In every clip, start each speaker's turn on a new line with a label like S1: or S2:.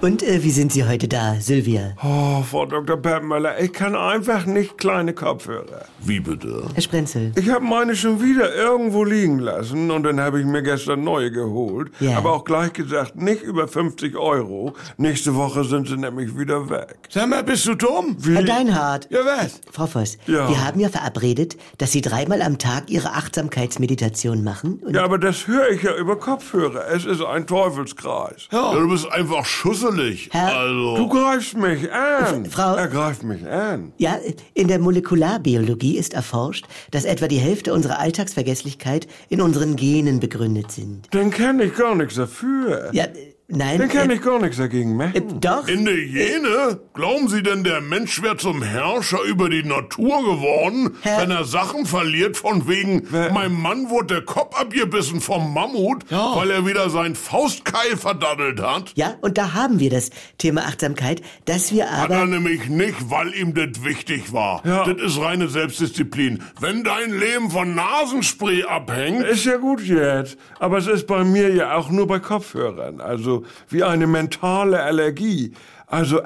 S1: Und äh, wie sind Sie heute da, Silvia?
S2: Oh, Frau Dr. Peppmöller, ich kann einfach nicht kleine Kopfhörer.
S3: Wie bitte?
S1: Herr Sprenzel.
S2: Ich habe meine schon wieder irgendwo liegen lassen und dann habe ich mir gestern neue geholt.
S1: Ja.
S2: Aber auch gleich gesagt, nicht über 50 Euro. Nächste Woche sind sie nämlich wieder weg.
S4: Sag mal, bist du dumm?
S2: Wie?
S1: Herr Deinhardt.
S4: Ja, was?
S1: Frau Voss,
S2: Ja.
S1: wir haben ja verabredet, dass Sie dreimal am Tag Ihre Achtsamkeitsmeditation machen. Und
S2: Ja, aber das höre ich ja über Kopfhörer. Es ist ein Teufelskreis.
S4: Ja.
S3: Ja, du bist einfach schusselig.
S1: Herr-
S2: Du
S3: also.
S2: greifst mich an.
S1: Frau-
S2: Er greift mich an.
S1: Ja, in der Molekularbiologie ist erforscht, dass etwa die Hälfte unserer Alltagsvergesslichkeit in unseren Genen begründet sind.
S2: Dann kann ich gar nichts dafür.
S1: Ja, äh, nein.
S2: Dann kann
S1: äh,
S2: ich gar nichts dagegen
S1: äh,
S2: machen.
S1: doch.
S3: In der Jene? Glauben Sie denn, der Mensch wäre zum Herrscher über die Natur geworden,
S1: Herr-
S3: wenn er Sachen verliert von wegen,
S2: Wer-
S3: mein Mann wurde der Kopf abgebissen vom Mammut,
S4: Ja.
S3: weil er wieder seinen Faustkeil verdaddelt hat?
S1: Ja, und da haben wir das Thema Achtsamkeit, dass wir
S3: Hat er
S1: aber...
S3: nämlich nicht, weil ihm das wichtig war.
S2: Ja.
S3: Das ist reine Selbstdisziplin. Wenn dein Leben von Nasenspray abhängt,
S2: Ist ja gut jetzt, aber es ist bei mir ja auch nur bei Kopfhörern, also wie eine mentale Allergie, also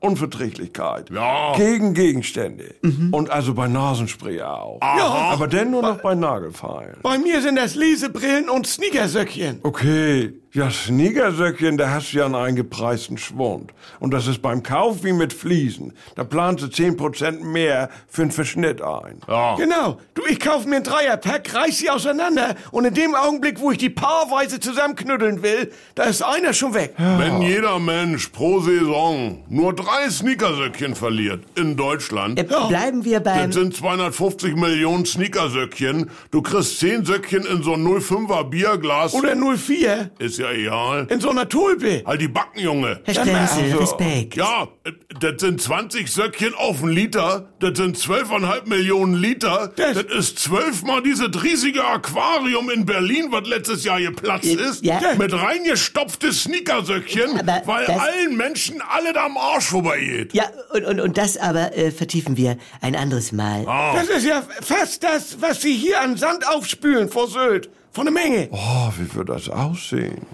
S2: Achtsamkeitsunverträglichkeit
S3: Ja. Mhm.
S2: gegen Gegenstände und also bei Nasenspray auch.
S3: Aha.
S2: Aber dann nur noch bei Nagelfeilen.
S4: Bei mir sind das Lesebrillen und Sneakersöckchen.
S2: Okay, ja Sneakersöckchen, da hast du ja einen eingepreisten Schwund. Und das ist beim Kauf wie mit Fliesen. Da planst du 10% mehr für den Verschnitt ein.
S3: ja.
S4: Genau. Du, ich kaufe mir ein Dreierpack, reiß sie auseinander und in dem Augenblick, wo ich die paarweise zusammenknütteln will, da ist einer schon weg.
S3: Wenn jeder Mensch pro Saison nur drei Sneakersöckchen verliert in Deutschland,
S1: Äh, bleiben wir beim...
S3: das sind 250 Millionen Sneakersöckchen. Du kriegst 10 Söckchen in so ein 05er Bierglas.
S4: Oder 04
S3: ist ja egal.
S4: in so einer Tulpe.
S3: Halt die Backen, Junge.
S1: Herr Sprenzel, Respekt.
S3: Ja, äh, das sind 20 Söckchen auf einen Liter. Das sind 12,5 Millionen Liter.
S4: Das-
S3: Das, ist zwölfmal dieses riesige Aquarium in Berlin, was letztes Jahr geplatzt
S1: Äh,
S3: ist.
S1: ja.
S3: Mit reingestopfte Sneakersöckchen,
S1: Aber
S3: weil
S1: das-
S3: allen Menschen alle da am Arsch vorbeigeht.
S1: Ja, und, und, und das aber äh, vertiefen wir ein anderes Mal.
S4: Das ist ja fast das, was sie hier an Sand aufspülen vor Sylt. Von der Menge.
S2: Oh, wie wird das aussehen?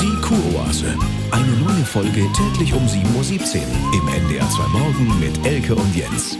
S5: Die Kuroase. Eine neue Folge täglich um 7.17 Uhr im NDR 2 Morgen mit Elke und Jens.